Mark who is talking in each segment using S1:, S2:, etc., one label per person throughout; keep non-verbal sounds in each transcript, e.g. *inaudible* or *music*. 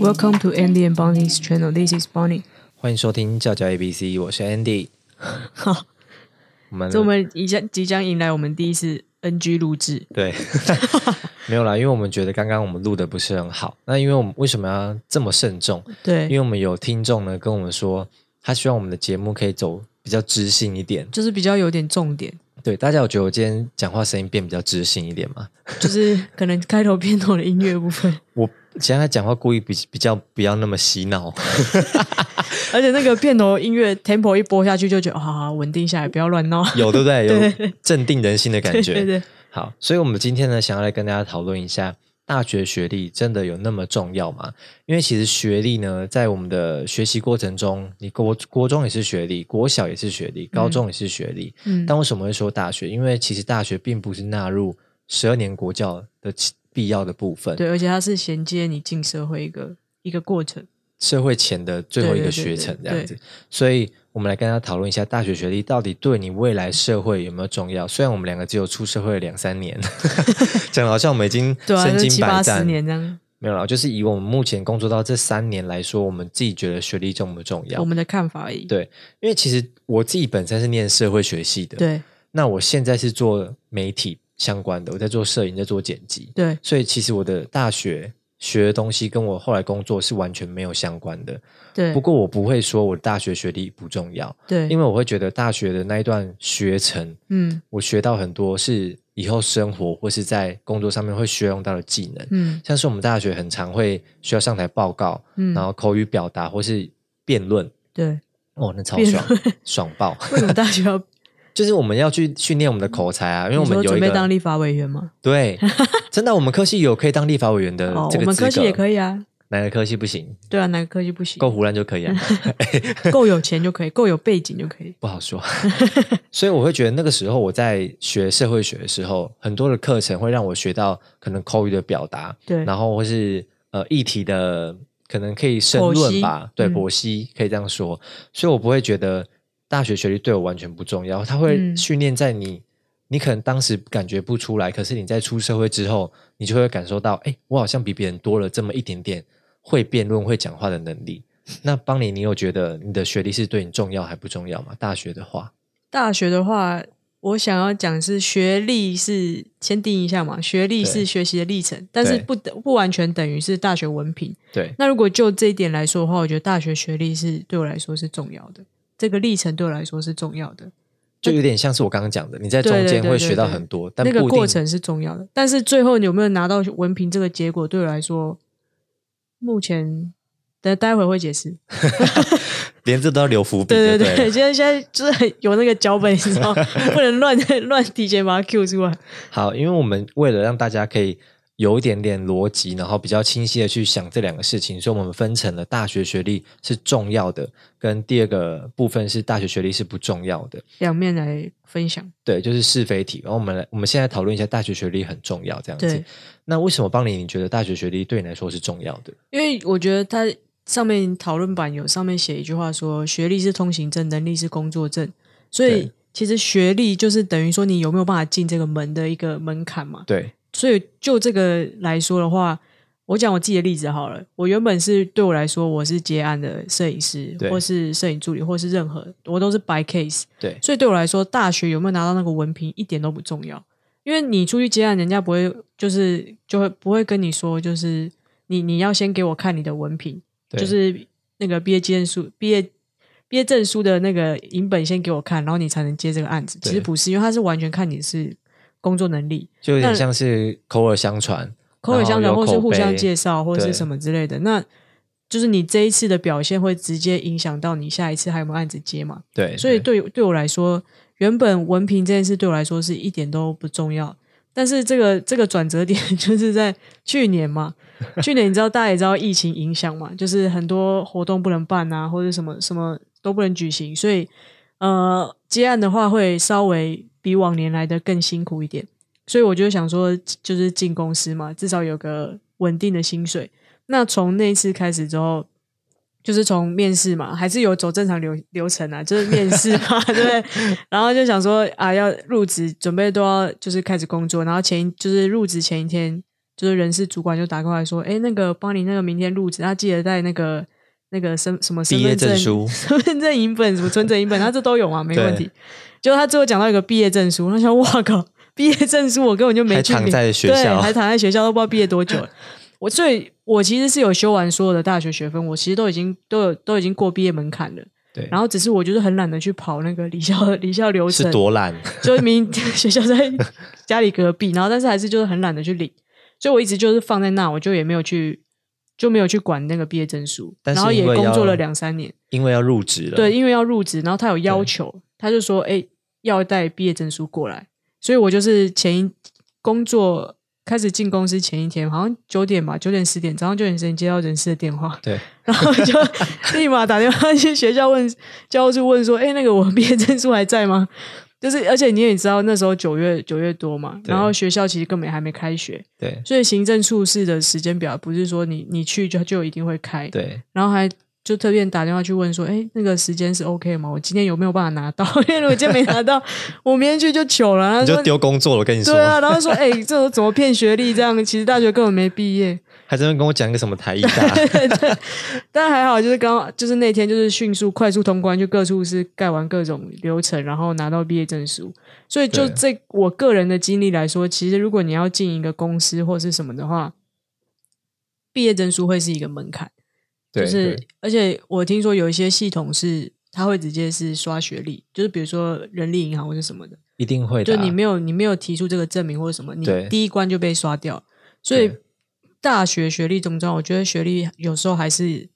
S1: Welcome to Andy and Bonnie's channel. This is Bonnie. *laughs*
S2: 欢迎收听教教 ABC，我是 Andy。
S1: 好，
S2: 我们
S1: 这我们即将即将迎来我们第一次 NG 录制。
S2: 对 *laughs* 没有啦，因为我们觉得刚刚我们录的不是很好。那因为我们为什么要这么慎重？因
S1: 对，
S2: 为我们有听众呢跟我们说，他希望我们的节目可以走比较知性一点。
S1: 就是比较有点重
S2: *laughs*
S1: 点，
S2: 对大家，有觉得我今天讲话声音变比较知性一点吗？
S1: 就是可能开头片头的音乐部
S2: *laughs*
S1: 分，
S2: 我现在讲话故意比比较不要那么洗脑。
S1: 而且那个片头音乐 tempo 一播下去，就觉得啊，好好稳定下来，不要乱闹。
S2: 有对
S1: *laughs*
S2: 不对？有镇定人心的感觉。
S1: 对对对
S2: 好，所以我们今天呢，想要来跟大家讨论一下，大学学历真的有那么重要吗？因为其实学历呢，在我们的学习过程中，你国国中也是学历，国小也是学历，高中也是学历。
S1: 嗯，
S2: 但为什么会说大学？因为其实大学并不是纳入十二年国教的其必要的部分，
S1: 对，而且它是衔接你进社会一个一个过程。
S2: 社会前的最后一
S1: 对对
S2: 个
S1: 对
S2: 学
S1: 对
S2: 程这
S1: 对
S2: 样子。所以，我们来跟大家讨论一下，大学学历到底对你未来社会有没有重要？虽然我们两个只有出社会两三年， *laughs* 讲得好像我们已经
S1: 对啊，
S2: 身
S1: 就是
S2: 经
S1: 七
S2: 百
S1: 八十
S2: 战，
S1: 年这样，
S2: 没有啦，就是以我们目前工作到这三年来说，我们自己觉得学历重不重要
S1: 我？们的看法而已。
S2: 对，因为其实我自己本身是念社会学系的，
S1: 对
S2: 那我现在是做媒体相关的，我在做摄影，在做剪辑，
S1: 对，
S2: 所以其实我的大学学的东西跟我后来工作是完全没有相关的。
S1: 对，
S2: 不过我不会说我大学学历不重要，
S1: 对，
S2: 因
S1: 为
S2: 为我会觉得大学的那一段学程，
S1: 嗯
S2: 我学到很多是以后生活或是在工作上面会学用到的技能。
S1: 嗯
S2: 像是我们大学很常会需要上台报告，
S1: 嗯，
S2: 然后口语表达或是辩论，
S1: 对，
S2: 哦，那超
S1: 辩
S2: 爽
S1: 论
S2: 爽爆！ *laughs*
S1: 为什么大学要？
S2: 就是我们要去训练我们的口才啊，因为我
S1: 你
S2: 们
S1: 说
S2: 有
S1: 准
S2: 一
S1: 备当
S2: 个
S1: 立法委员吗？
S2: 对，真的，我们科系有可以当立法委员的
S1: 哦，
S2: 呃这
S1: 我
S2: 个
S1: 们
S2: 资格，
S1: 科系也可以啊。
S2: 哪个科系不行？
S1: 对啊，哪个科系不行？
S2: 够胡乱就可以啊。
S1: *laughs* 够有钱就可以，够有背景就可
S2: *laughs*
S1: 以。
S2: 不好说。所以我会觉得那个时候我在学社会学的时候，很多的课程会让我学到可能口语的表达，
S1: 对，
S2: 然后或是呃议题的可能可以申论吧，
S1: 剖析
S2: 对，
S1: 嗯
S2: 剖析、可以这样说。所以我不会觉得大学学历对我完全不重要，它会
S1: 嗯
S2: 训练在你。你可能当时感觉不出来，可是你在出社会之后，你就会感受到，哎，我好像比别人多了这么一点点会辩论、会讲话的能
S1: *laughs*
S2: 力。那邦尼，你有觉得你的学历是对你重要还不重要吗？大学的话，
S1: 大学的话，我想要讲是学历是先定一下嘛，学历
S2: 对
S1: 是学习的历程，但是
S2: 对
S1: 不等不完全等于是大学文凭。
S2: 对
S1: 那如果就这一点来说的话，我觉得大学学历是对我来说是重要的，这个历程对我来说是重要的，
S2: 就有点像是我刚刚讲的，你在中
S1: 对对
S2: 间
S1: 对
S2: 会
S1: 对
S2: 学到
S1: 对
S2: 很多，但
S1: 那个
S2: 不一
S1: 过
S2: 定
S1: 程是重要的。但是最后你有没有拿到文凭这个结果，对我来说，目前等待会会解释。
S2: 连这都要留伏笔，
S1: 对
S2: 对
S1: 对
S2: 对
S1: 对，*laughs*
S2: 了
S1: 现在现在就是很有那个脚本，你知道吗， *laughs* 不能乱乱提前把它 Q 出来。
S2: 好，因为我们为了让大家可以有一点点逻辑，然后比较清晰的去想这两个事情，所以我们分成了大学学历是重要的，跟第二个部分是大学学历是不重要的。
S1: 两面来分享，
S2: 对，就是是非题。然后我们来，我们现在讨论一下大学学历很重要这样子
S1: 对。
S2: 那为什么邦尼你觉得大学学历对你来说是重要的？
S1: 因为我觉得它上面讨论版有上面写一句话说，学历是通行证，能力是工作证，所以
S2: 对
S1: 其实学历就是等于说你有没有办法进这个门的一个门槛嘛。
S2: 对
S1: 所以就这个来说的话，我讲我自己的例子好了。我原本是对我来说，我是接案的摄影师，
S2: 对
S1: 或是摄影助理，或是任何，我都是 by case。
S2: 对
S1: 所以对我来说，大学有没有拿到那个文凭一点都不重要，因为你出去接案，人家不会就是就会不会跟你说，就是你你要先给我看你的文凭，
S2: 对，
S1: 就是那个毕业纪念书、毕业毕业证书的那个影本先给我看，然后你才能接这个案子。其
S2: 对
S1: 实不是，因为它是完全看你是工作能力、
S2: 就有
S1: 那
S2: 点像是口耳相传，
S1: 口耳相传，
S2: 然后
S1: 或
S2: 有
S1: 是互相
S2: 口碑
S1: 介绍，或者是
S2: 对
S1: 什么之类的。那就是你这一次的表现会直接影响到你下一次还有没有案子接嘛？
S2: 对，
S1: 所以对对我来说，原本文凭这件事对我来说是一点都不重要。但是这个这个转折点 *laughs* 就是在去年嘛，去年你知道大家也知道疫情影响嘛，就是很多活动不能办啊，或者什么什么都不能举行，所以呃接案的话会稍微比往年来的更辛苦一点。所以我就想说，就是进公司嘛，至少有个稳定的薪水。那从那一次开始之后，就是从面试嘛，还是有走正常流流程啊，就是面试嘛， *laughs* 对不对？然后就想说啊，要入职，准备都要就是开始工作，然后前一就是入职前一天，就是人事主管就打过来说，哎，那个帮你那个明天入职，他记得带那个那个身什么身
S2: 毕业
S1: 份证
S2: 证书
S1: 身份证影本、什么存折影本，他这都有嘛，啊没问题
S2: 对。
S1: 结果他最后讲到一个毕业证书，他想，哇靠， *laughs* 毕业证书我根本就没
S2: 还
S1: 去
S2: 躺
S1: 领
S2: 在学
S1: 对
S2: 校
S1: 还躺在学校都不知道毕业多
S2: *laughs*
S1: 久了。我所以，我其实是有修完所有的大学学分，我其实都已经都有都已经过毕业门槛了。
S2: 对，
S1: 然后只是我就是很懒得去跑那个离 *laughs* 校离校流程
S2: 是，多懒，
S1: *laughs* 就是明明学校在家里隔壁，然后但是还是就是很懒得去领，所以我一直就是放在那，我就也没有去就没有去管那个毕业证书，
S2: 但是
S1: 然后也
S2: 因为
S1: 工
S2: 要
S1: 作了两三年。
S2: 因为要入职了，
S1: 对，，因为要入职，然后他有要求，他就说，哎、要带毕业证书过来。所以我就是前一工作开始进公司前一天，好像九点吧，九点十点，早上九点十点接到人事的电话，
S2: 对，
S1: 然后就立马打电话去学校问教务处问说，哎、那个我毕业证书还在吗？就是，而且你也知道，那时候九月九月多嘛，
S2: 对
S1: 然后学校其实根本还没开学，
S2: 对，
S1: 所以行政处室的时间表不是说你你去就就一定会开，
S2: 对，
S1: 然后还就特别打电话去问说，哎，那个时间是 OK 吗？我今天有没有办法拿到？ *laughs* 因为如果今天没拿到，我明天去就糗了。
S2: 你
S1: 他
S2: 就
S1: 呃说。
S2: 丢工作了，我跟你说
S1: 对，啊，然后说，哎、这种怎么骗学历？这样其实大学根本没毕业，
S2: 还真的跟我讲一个什么台艺
S1: *laughs*
S2: 大，
S1: 但还好，就是刚好就是那天就是迅速快速通关，就各处是盖完各种流程，然后拿到毕业证书。所以就这我个人的经历来说，其实如果你要进一个公司或是什么的话，毕业证书会是一个门槛。
S2: 对，
S1: 就是
S2: 对
S1: 而且我听说有一些系统是它会直接是刷学历，就是比如说人力银行或是什么的，
S2: 一定会的
S1: 就
S2: 啊，
S1: 你没有你没有提出这个证明或者什么，你
S2: 对
S1: 第一关就被刷掉。所以
S2: 对
S1: 大学学历怎么着？我觉得学历有时候还是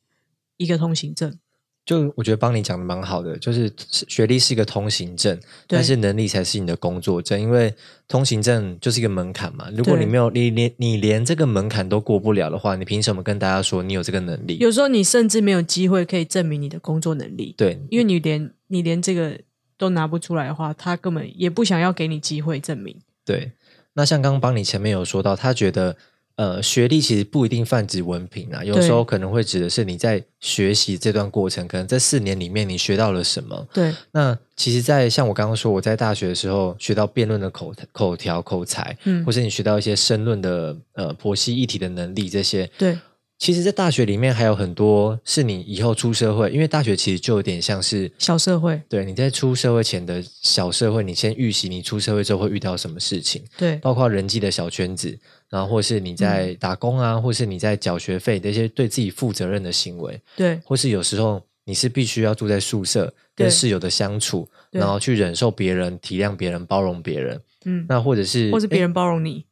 S1: 一个通行证。
S2: 就我觉得帮你讲的蛮好的，就是学历是一个通行证，但是能力才是你的工作证，因为通行证就是一个门槛嘛。如果
S1: 对
S2: 你没有，你连你连这个门槛都过不了的话，你凭什么跟大家说你有这个能力？
S1: 有时候你甚至没有机会可以证明你的工作能力，
S2: 对，
S1: 因为你连你连这个都拿不出来的话，他根本也不想要给你机会证明。
S2: 对，那像刚刚帮你前面有说到，他觉得呃，学历其实不一定泛指文凭啊，有
S1: 对
S2: 时候可能会指的是你在学习这段过程，可能在四年里面你学到了什么。
S1: 对
S2: 那其实在，像我刚刚说，我在大学的时候学到辩论的口口条、口才，
S1: 嗯
S2: 或是你学到一些申论的呃剖析议题的能力这些。
S1: 对，
S2: 其实，在大学里面还有很多是你以后出社会，因为大学其实就有点像是
S1: 小社会，
S2: 对你在出社会前的小社会，你先预习你出社会之后会遇到什么事情。
S1: 对
S2: 包括人际的小圈子，然后或是你在
S1: 嗯
S2: 打工啊，或是你在缴学费这些对自己负责任的行为，
S1: 对
S2: 或是有时候你是必须要住在宿舍跟
S1: 对
S2: 室友的相处，
S1: 对
S2: 然后去忍受别人、体谅别人、包容别人，
S1: 嗯，
S2: 那或者是
S1: 或是别
S2: 诶啊
S1: 人包容你。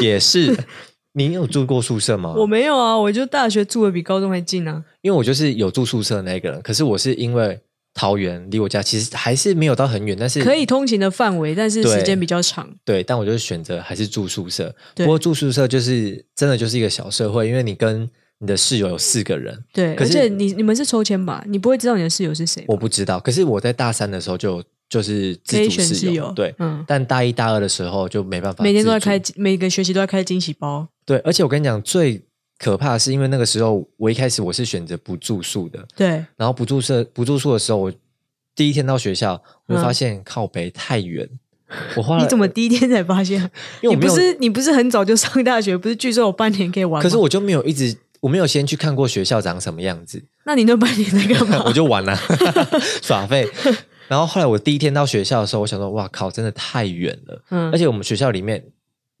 S2: 也
S1: *laughs*
S2: 是。你有住过宿舍吗？
S1: 我没有啊，我就大学住的比高中还近啊。
S2: 因为我就是有住宿舍的那一个人，可是我是因为桃园离我家其实还是没有到很远，但是
S1: 可以通勤的范围，但是
S2: 对
S1: 时间比较长。
S2: 对，但我就是选择还是住宿舍。
S1: 对
S2: 不过住宿舍就是真的就是一个小社会，因为你跟你的室友有四个人，
S1: 对，
S2: 可
S1: 而
S2: 是
S1: 且你你们是抽签吧？你不会知道你的室友是谁吧，
S2: 我不知道。可是我在大三的时候就就是
S1: 可
S2: 自
S1: 以
S2: 主
S1: 选
S2: 室
S1: 室
S2: 友，
S1: 友。
S2: 对。
S1: 嗯，
S2: 但大一大二的时候就没办法，
S1: 每天都在开，每个学期都在开惊喜包。
S2: 对，而且我跟你讲，最可怕的是因为那个时候我一开始我是选择不住宿的，
S1: 对，
S2: 然后不住舍不住宿的时候，我第一天到学校，我就发现靠北太
S1: *laughs*
S2: 远，我花
S1: 嗯
S2: 了
S1: 你怎么第一天才发现？
S2: 因为
S1: 你
S2: 我没
S1: 不
S2: 有，
S1: 是你不是很早就上大学？不是据说有半年可以玩吗？
S2: 可是我就没有一直我没有先去看过学校长什么样子，
S1: 那你那半年在干嘛？
S2: 我就玩了耍废。然后后来我第一天到学校的时候，我想说，哇靠，真的太远了。
S1: 嗯
S2: *laughs* 而且我们学校里面，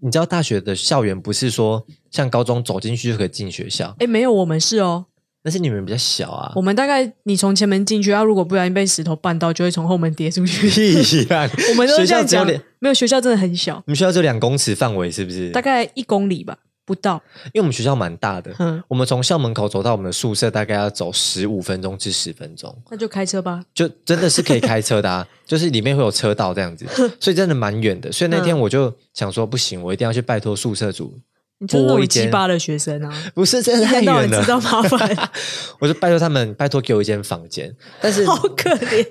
S2: 你知道大学的校园不是说像高中走进去就可以进学校，
S1: 哎，没有，我们是哦，
S2: 但是你们比较小啊
S1: 我。们大概你从前门进去，啊，如果不小心被石头绊到，就会从后门跌出去。 *laughs*
S2: 屁啦！
S1: 我们都
S2: 学
S1: 是这
S2: 校
S1: 样
S2: 只有
S1: 讲
S2: 两，，
S1: 没有学校真的很小，
S2: 我们学校只有两公尺范围，是不是？
S1: 大概一公里吧，不到。
S2: 因为我们学校蛮大的，
S1: 嗯，
S2: 我们从校门口走到我们的宿舍，大概要走十五分钟至十分钟，
S1: 那就开车吧。
S2: 就真的是可以开车的啊， *laughs* 就是里面会有车道这样子，所以真的蛮远的。所以那
S1: 嗯
S2: 天我就想说，不行，我一定要去拜托宿舍组，
S1: 你就是那
S2: 拨一
S1: 种鸡
S2: 间
S1: 巴的学生啊，
S2: *laughs* 不是真
S1: 一
S2: 的太
S1: 天到晚
S2: 远
S1: 制造
S2: 了，
S1: 麻
S2: *laughs*
S1: 烦，
S2: 我就拜托他们，拜托给我一间房间。但是，
S1: 好可怜。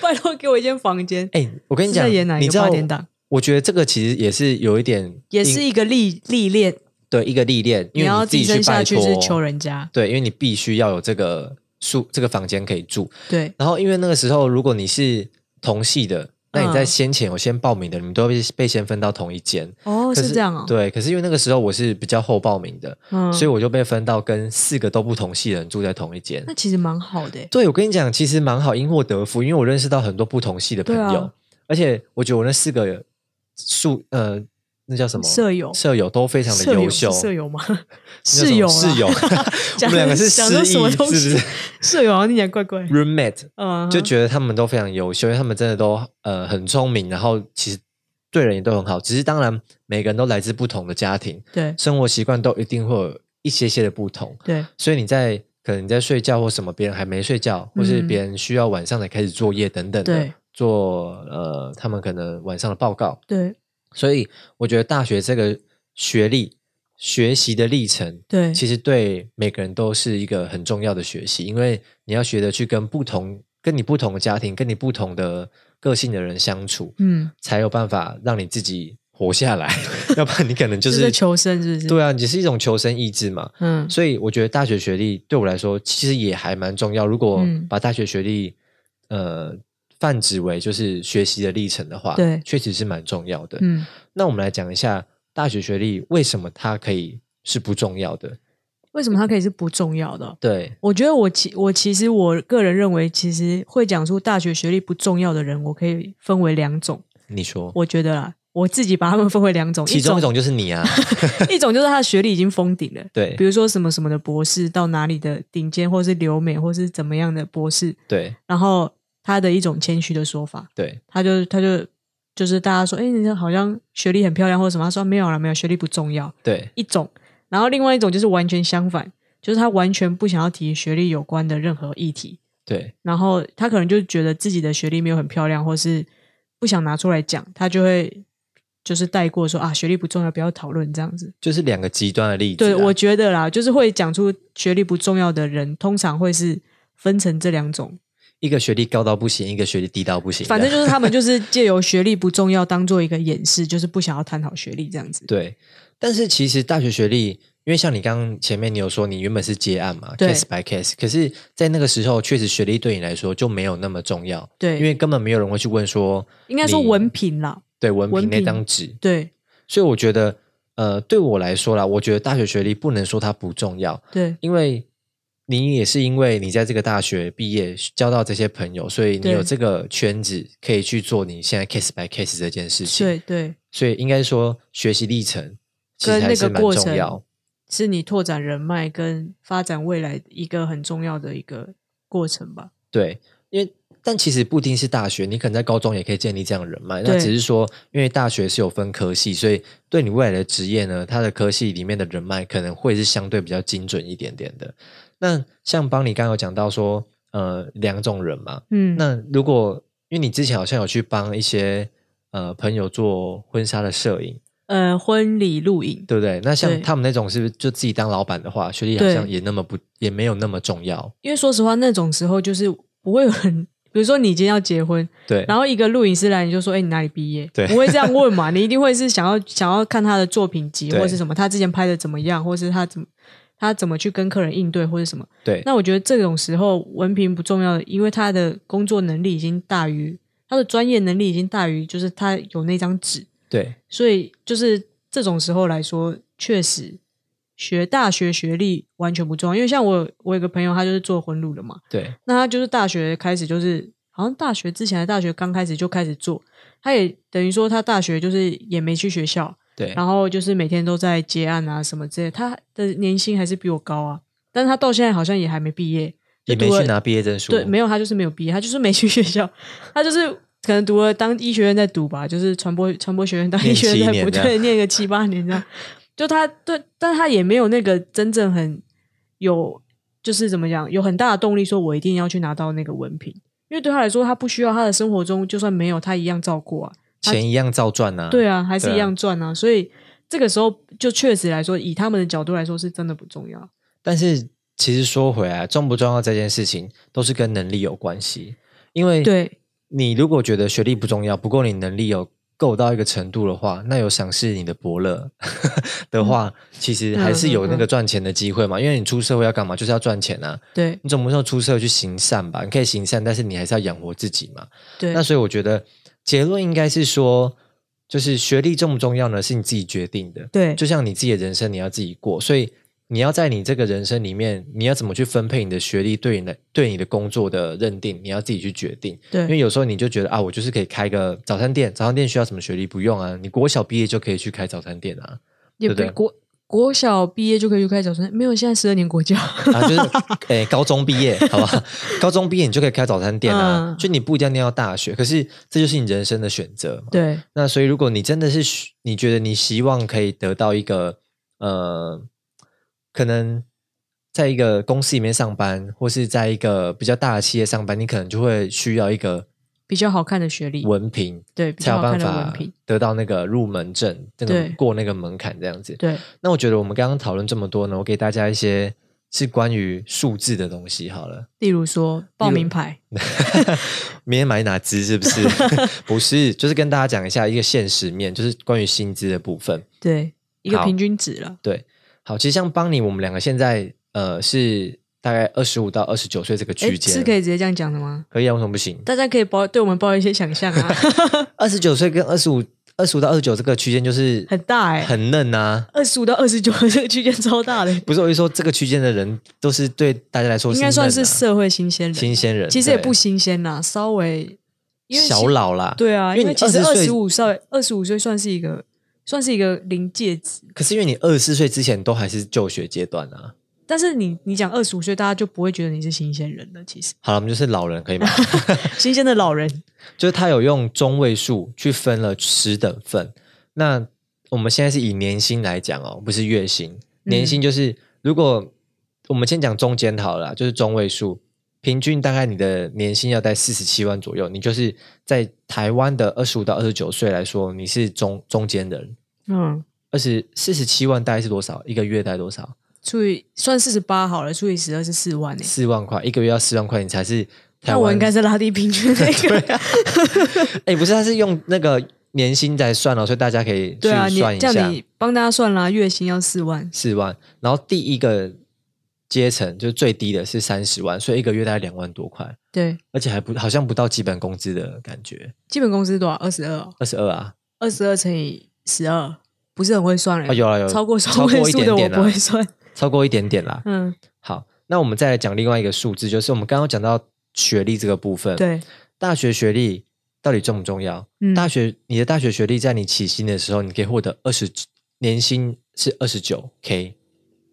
S1: 拜托给我一间房间。
S2: 哎、我跟你
S1: 是
S2: 讲
S1: 在演哪，一
S2: 你
S1: 个
S2: 知道
S1: 八点档，
S2: 我觉得这个其实也是有一点，
S1: 也是一个历历练，
S2: 对一个历练，因
S1: 你
S2: 为
S1: 要
S2: 自己
S1: 晋
S2: 去
S1: 升
S2: 拜
S1: 下去
S2: 托，
S1: 是求人家，
S2: 对，因为你必须要有这个宿这个房间可以住。
S1: 对
S2: 然后因为那个时候，如果你是同系的，那你在
S1: 嗯
S2: 先前有先报名的，你们都被被先分到同一间。
S1: 哦，
S2: 可
S1: 是这样哦，
S2: 对，可是因为那个时候我是比较后报名的，
S1: 嗯，
S2: 所以我就被分到跟四个都不同系的人住在同一间
S1: 那。其实蛮好的欸，
S2: 对，我跟你讲，其实蛮好，因祸得福，因为我认识到很多不同系的朋
S1: 对啊
S2: 友，而且我觉得我那四个宿呃，那叫什么
S1: 舍友
S2: 舍友都非常的
S1: 舍友
S2: 优秀，
S1: 是舍友吗？
S2: *laughs* 那叫
S1: 室
S2: 什
S1: 友啦
S2: 么室友，我
S1: *laughs* 讲
S2: 们两个是
S1: 讲
S2: 失
S1: 说
S2: 忆，
S1: 什么
S2: 是
S1: 东
S2: 不
S1: 西
S2: 是
S1: 舍友好像听起来怪
S2: *laughs*
S1: 怪，
S2: ？roommate
S1: 嗯，
S2: 就觉得他们都非常优秀，因为他们真的都呃很聪明，然后其实对人也都很好，只是当然每个人都来自不同的家庭，
S1: 对
S2: 生活习惯都一定会有一些些的不同，
S1: 对
S2: 所以你在可能你在睡觉或什么，别人还没睡觉，或是
S1: 嗯
S2: 别人需要晚上才开始作业等等的
S1: 对，
S2: 做呃他们可能晚上的报告，
S1: 对
S2: 所以我觉得大学这个学历学习的历程，
S1: 对，
S2: 其实对每个人都是一个很重要的学习，因为你要学着去跟不同、跟你不同的家庭、跟你不同的个性的人相处，
S1: 嗯，
S2: 才有办法让你自己活下来。 *laughs* 要不然你可能就
S1: 就是在求生是不是？
S2: 对啊，也是一种求生意志嘛。
S1: 嗯，
S2: 所以我觉得大学学历对我来说其实也还蛮重要。如果
S1: 嗯
S2: 把大学学历、呃泛指为就是学习的历程的话，
S1: 对
S2: 确实是蛮重要的。
S1: 嗯，
S2: 那我们来讲一下大学学历为什么它可以是不重要的。
S1: 为什么它可以是不重要的哦？
S2: 对，
S1: 我觉得我其我其实我个人认为，其实会讲出大学学历不重要的人，我可以分为两种。
S2: 你说，
S1: 我觉得啦，我自己把他们分为两种，
S2: 其中一种就是你啊，
S1: 一种一种就是他的学历已经封顶了，
S2: 对
S1: 比如说什么什么的博士到哪里的顶尖，或是留美，或是怎么样的博士，
S2: 对
S1: 然后他的一种谦虚的说法，
S2: 对
S1: 他就他就就是大家说，哎，你这好像学历很漂亮或者什么，他说没有啦，没有，学历不重要
S2: 对
S1: 一种，然后另外一种就是完全相反，就是他完全不想要提学历有关的任何议题，
S2: 对
S1: 然后他可能就觉得自己的学历没有很漂亮，或是不想拿出来讲，他就会就是带过说啊，学历不重要，不要讨论这样子。
S2: 就是两个极端的例子啊、
S1: 对，我觉得啦，就是会讲出学历不重要的人，通常会是分成这两种。
S2: 一个学历高到不行，一个学历低到不行，
S1: 反正
S2: 这
S1: 就
S2: 样
S1: 是他们
S2: *laughs*
S1: 就是借由学历不重要当做一个掩饰，就是不想要探讨学历这样子。
S2: 对。但是其实大学学历，因为像你刚刚前面你有说你原本是接案嘛
S1: 对
S2: ，case by case，可是，在那个时候确实学历对你来说就没有那么重要，
S1: 对，
S2: 因为根本没有人会去问说
S1: 应该说
S2: 你
S1: 文凭啦，
S2: 对文
S1: 文
S2: 凭那
S1: 凭
S2: 张纸，
S1: 对
S2: 所以我觉得呃，对我来说啦，我觉得大学学历不能说它不重要，
S1: 对
S2: 因为你也是因为你在这个大学毕业，交到这些朋友，所以你
S1: 对
S2: 有这个圈子可以去做你现在 case by case 这件事情。
S1: 对对，
S2: 所以应该说学习历程其实
S1: 跟
S2: 还
S1: 那
S2: 是
S1: 个
S2: 蛮
S1: 过
S2: 重
S1: 程
S2: 要。
S1: 是你拓展人脉跟发展未来一个很重要的一个过程吧。
S2: 对，因为但其实不一定是大学，你可能在高中也可以建立这样的人脉。
S1: 对
S2: 那只是说，因为大学是有分科系，所以对你未来的职业呢，它的科系里面的人脉可能会是相对比较精准一点点的。那像邦尼刚刚有讲到说，呃，两种人嘛，
S1: 嗯，
S2: 那如果因为你之前好像有去帮一些呃朋友做婚纱的摄影，
S1: 呃，婚礼录影，
S2: 对不对？那
S1: 对
S2: 像他们那种是不是就自己当老板的话，学历好
S1: 对
S2: 像也那么不也没有那么重要，
S1: 因为说实话，那种时候就是不会有人，比如说你今天要结婚，
S2: 对，
S1: 然后一个录影师来，你就说：“哎、你哪里毕业？”
S2: 对
S1: 不会这样问嘛？你一定会是想要想要看他的作品集，
S2: 对
S1: 或是什么，他之前拍的怎么样，或是他怎么他怎么去跟客人应对，或者什么。
S2: 对
S1: 那我觉得这种时候文凭不重要，因为他的工作能力已经大于他的专业能力已经大于，就是他有那张纸，
S2: 对
S1: 所以就是这种时候来说，确实学大学学历完全不重要。因为像我有我有个朋友，他就是做婚录的嘛，
S2: 对
S1: 那他就是大学开始就是，好像大学之前的大学刚开始就开始做，他也等于说他大学就是也没去学校，
S2: 对
S1: 然后就是每天都在接案啊什么之类的，他的年薪还是比我高啊，但是他到现在好像也还没毕业，就
S2: 也没
S1: 读了
S2: 去拿毕业证书，
S1: 对，没有他就是没有毕业，他就是没去学校，他就是可能读了当医学院在读吧，就是传播传播学院当医学院在
S2: 念
S1: 读，
S2: 七年这
S1: 对，念个七八年这样。就他对，但他也没有那个真正很有，就是怎么讲，有很大的动力，说我一定要去拿到那个文凭，因为对他来说，他不需要他的生活中就算没有，他一样照顾啊，
S2: 钱一样照赚啊，
S1: 对啊，还是
S2: 对啊
S1: 一样赚啊，所以这个时候就确实来说，以他们的角度来说，是真的不重要。
S2: 但是其实说回来，重不重要这件事情都是跟能力有关系，因为
S1: 对
S2: 你如果觉得学历不重要，不过你能力有够到一个程度的话，那有赏识你的伯乐的话，其实还是有那个赚钱的机会嘛。因为你出社会要干嘛，就是要赚钱啊。
S1: 对
S2: 你总不能说出社会去行善吧？你可以行善，但是你还是要养活自己嘛。
S1: 对
S2: 那所以我觉得结论应该是说，就是学历重不重要呢？是你自己决定的。
S1: 对，
S2: 就像你自己的人生，你要自己过，所以你要在你这个人生里面，你要怎么去分配你的学历对你的对你的工作的认定，你要自己去决定。因为
S1: 对
S2: 有时候你就觉得啊，我就是可以开个早餐店，早餐店需要什么学历？不用啊，你国小毕业就可以去开早餐店啊，
S1: 也
S2: 对
S1: 不
S2: 不对
S1: 国国小毕业就可以去开早餐，没有现在十二年国
S2: *laughs*
S1: 教，
S2: 啊，就是诶、高中毕业，好吧，高中毕业你就可以开早餐店啊，
S1: 嗯
S2: 就你不一定要大学，可是这就是你人生的选择嘛。
S1: 对
S2: 那所以，如果你真的是需你觉得你希望可以得到一个呃，可能在一个公司里面上班，或是在一个比较大的企业上班，你可能就会需要一个
S1: 比较好看的学历，
S2: 文凭，
S1: 对比
S2: 才
S1: 较
S2: 有
S1: 好看
S2: 办
S1: 的文
S2: 法
S1: 凭，
S2: 得到那个入门证，这个
S1: 对
S2: 过那个门槛这样子。
S1: 对
S2: 那我觉得我们刚刚讨论这么多呢，我给大家一些是关于数字的东西好了。 *laughs*
S1: 例如说报名牌，
S2: 明天买哪只
S1: *laughs*
S2: 是不是？不是，就是跟大家讲一下一个现实面，就是关于薪资的部分。
S1: 对一个
S2: 好
S1: 平均值了，
S2: 对，好，其实像邦尼，我们两个现在呃是大概二十五到二十九岁这个
S1: 哎，
S2: 区间，
S1: 是可以直接这样讲的吗？
S2: 可以啊，为什么不行？
S1: 大家可以抱对我们抱一些想象
S2: *laughs*
S1: 啊，
S2: 二十九岁跟二十五、二十五到二十九这个区间就是
S1: 很大哎、
S2: 很嫩啊。
S1: 二十五到二十九这个区间超大的，
S2: 不是我一说，这个区间的人都是对大家来说
S1: 应
S2: 是
S1: 该算是
S2: 嫩啊
S1: 社会新鲜人。
S2: 新鲜人，
S1: 其实也
S2: 对
S1: 不新鲜啦，稍微因为
S2: 小
S1: 其
S2: 老啦。
S1: 对啊，
S2: 因
S1: 因
S2: 为
S1: 为
S2: 你
S1: 其实
S2: 20
S1: 二
S2: 岁
S1: 十五岁二十五岁算是一个算是一个临界值，
S2: 可是因为你二十四岁之前都还是就学阶段啊。
S1: 但是你你讲二十五岁，大家就不会觉得你是新鲜人了。其实
S2: 好了，我们就是老人，可
S1: *laughs*
S2: 以吗？
S1: 新鲜的老人，
S2: 就是他有用中位数去分了十等份。那我们现在是以年薪来讲哦，不是月薪。
S1: 嗯
S2: 年薪就是、如果我们先讲中间好了啦，就是中位数，平均大概你的年薪要在四十七万左右，你就是在台湾的二十五到二十九岁来说，你是中中间人。
S1: 嗯，
S2: 二十四十七万大概是多少？一个月大概多少？
S1: 除以算四十八好了，除以十二是四万诶、欸
S2: 四万块，一个月要四万块，你才是台
S1: 那我
S2: 湾
S1: 应该是拉低平均那个，
S2: 哎、不是，他是用那个年薪在算哦，所以大家可以去
S1: *laughs* 对啊，你
S2: 算一
S1: 这
S2: 下。
S1: 样你帮大家算啦，月薪要四万，
S2: 四万，然后第一个阶层就是最低的是三十万，所以一个月大概两万多块，
S1: 对，
S2: 而且还不好像不到基本工资的感觉，
S1: 基本工资多少？二十二，
S2: 二十二啊，
S1: 二十二乘以十二，不是很会算嘞、
S2: 啊有啊有，
S1: 超过
S2: 超
S1: 双位
S2: 过一
S1: 数
S2: 点
S1: 的我
S2: 点
S1: 不
S2: 啦
S1: 会，算。
S2: 超过一点点啦。
S1: 嗯，
S2: 好，那我们再来讲另外一个数字，就是我们刚刚讲到学历这个部分，，
S1: 对，
S2: 大学学历到底重不重要？
S1: 嗯，
S2: 大学你的大学学历在你起薪的时候，你可以获得二十年薪是二十九 k，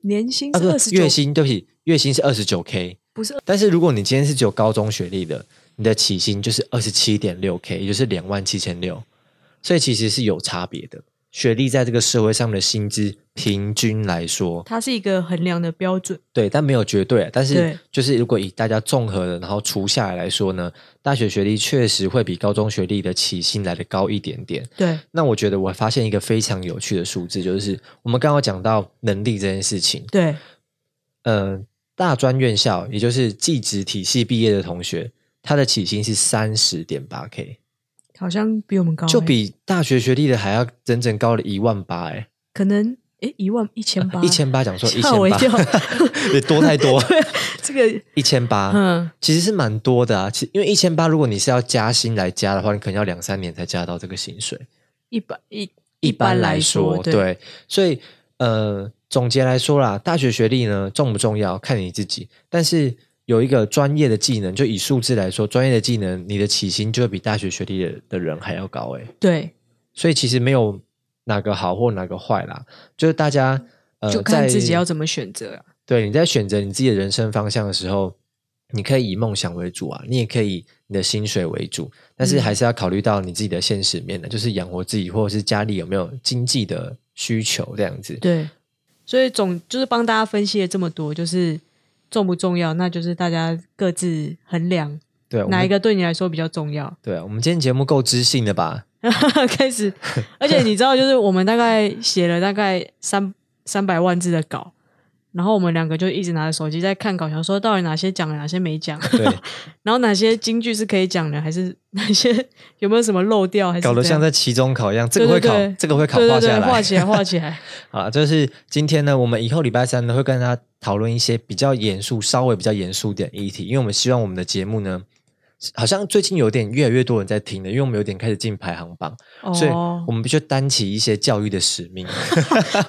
S1: 年薪
S2: 啊
S1: 是
S2: 不
S1: 二
S2: 是
S1: 十
S2: 月
S1: 九，
S2: 薪，对不起，月薪是二十九 k，
S1: 不是
S2: 但是如果你今天是只有高中学历的，你的起薪就是二十七点六 k，也就是两万七千六，所以其实是有差别的。学历在这个社会上的薪资平均来说，
S1: 它是一个衡量的标准。
S2: 对，但没有绝对啊。但是
S1: 对
S2: 就是如果以大家综合的，然后除下来来说呢，大学学历确实会比高中学历的起薪来的高一点点。
S1: 对，
S2: 那我觉得我发现一个非常有趣的数字，就是我们刚刚讲到能力这件事情，
S1: 对，
S2: 呃，大专院校，也就是技职体系毕业的同学，他的起薪是三十点八 k，
S1: 好像比我们高欸、
S2: 就比大学学历的还要整整高了一万八，哎，
S1: 可能诶一万一千八，
S2: 一千八讲错，一
S1: 吓我一
S2: 千
S1: 跳 *laughs* 啊
S2: 八， *laughs* 也多太多，
S1: 这个
S2: 一千八
S1: 嗯，
S2: 其实是蛮多的啊。其因为一千八，如果你是要加薪来加的话，你可能要两三年才加到这个薪水。
S1: 一百一
S2: 一般来
S1: 说
S2: 说，对，所以呃，总结来说啦，大学学历呢重不重要看你自己，但是有一个专业的技能，就以数字来说，专业的技能你的起薪就会比大学学历的的人还要高诶、
S1: 对，
S2: 所以其实没有哪个好或哪个坏啦，就是大家呃，
S1: 就看
S2: 在
S1: 自己要怎么选择、啊。
S2: 对，你在选择你自己的人生方向的时候，你可以以梦想为主啊，你也可以以你的薪水为主，但是
S1: 嗯
S2: 还是要考虑到你自己的现实面的，就是养活自己或者是家里有没有经济的需求这样子。
S1: 对，所以总就是帮大家分析了这么多，就是重不重要，那就是大家各自衡量
S2: 对，我们
S1: 哪一？个对你来说比较重要。
S2: 对，啊我们今天节目够知性的吧？
S1: *laughs* 开始，而且你知道，就是我们大概写了大概三三百万字的稿，然后我们两个就一直拿着手机在看搞笑，说到底哪些讲了，哪些没讲，
S2: 对，
S1: *laughs* 然后哪些京剧是可以讲的，还是 *laughs* 哪些有没有什么漏掉，还是
S2: 搞得
S1: 怎
S2: 像
S1: 样
S2: 在期中考一样，这个
S1: 对
S2: 会考
S1: 对对，
S2: 这个会考
S1: 对
S2: 画
S1: 对对
S2: 下来，
S1: 画起来，画起来。
S2: 啊，就是今天呢，我们以后礼拜三呢会跟大家讨论一些比较严肃、稍微比较严肃一点的议题，因为我们希望我们的节目呢，好像最近有点越来越多人在听了，因为我们有点开始进排行榜， *laughs* 所以
S1: 哦
S2: 我，们必须担起一些教育的使
S1: *laughs*
S2: 命。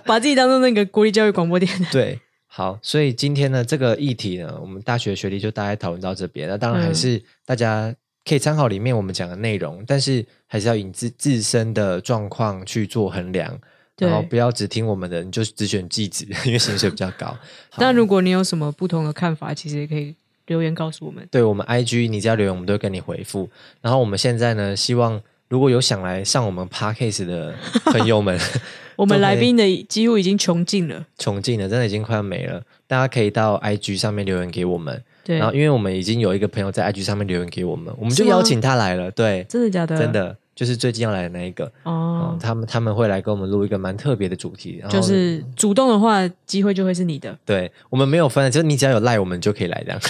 S1: 把自己当做那个国立教育广播电台。
S2: 对，好，所以今天呢这个议题呢，我们大学学历就大概讨论到这边，那当然还
S1: 嗯
S2: 是大家。可以参考里面我们讲的内容，但是还是要以自自身的状况去做衡量，
S1: 对
S2: 然后不要只听我们的，你就只选技职， *laughs* 因为薪水比较高。好
S1: 但如果你有什么不同的看法，其实也可以留言告诉我们。
S2: 对我们 IG，你只要留言，我们都会跟你回复。然后我们现在呢，希望如果有想来上我们 Podcast 的朋友们， *laughs*
S1: 我们
S2: 都可
S1: 来
S2: 以
S1: 宾的几乎已经穷尽了，
S2: 穷尽了，真的已经快要没了。大家可以到 IG 上面留言给我们。
S1: 对
S2: 然，后，因为我们已经有一个朋友在 IG 上面留言给我们，我们
S1: 是
S2: 就
S1: 吗
S2: 邀请他来了。对，
S1: 真的假的？
S2: 真的就是最近要来的那一个。
S1: 哦
S2: 嗯，，他们他们会来跟我们录一个蛮特别的主题，然后
S1: 就是主动的话，机会就会是你的。
S2: 对我们没有分，就是你只要有赖，我们就可以来这样，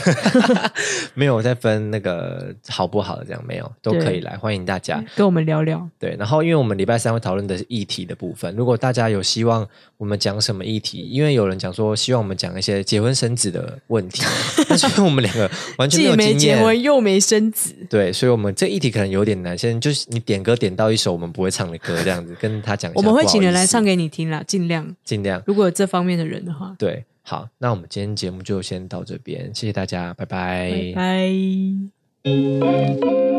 S2: *laughs* 没有再分那个好不好的这样，没有都可
S1: 对
S2: 以来，欢迎大家。
S1: 跟我们聊聊，
S2: 对，然后因为我们礼拜三会讨论的是议题的部分，如果大家有希望我们讲什么议题，因为有人讲说希望我们讲一些结婚生子的问题，但是因为我们两个完全没
S1: *laughs* 既
S2: 有
S1: 没
S2: 经
S1: 结
S2: 验，
S1: 婚又没生子，
S2: 对，所以我们这议题可能有点难。先就是你点歌点到一首我们不会唱的歌，这样子跟他讲一下，
S1: 我们会
S2: 不好
S1: 请人
S2: 意思
S1: 来唱，给你听啦，尽量。
S2: 尽量
S1: 如果有这方面的人的话，
S2: 对。好，那我们今哎天节目就先到这边，谢谢大家，拜
S1: 拜拜。
S2: 拜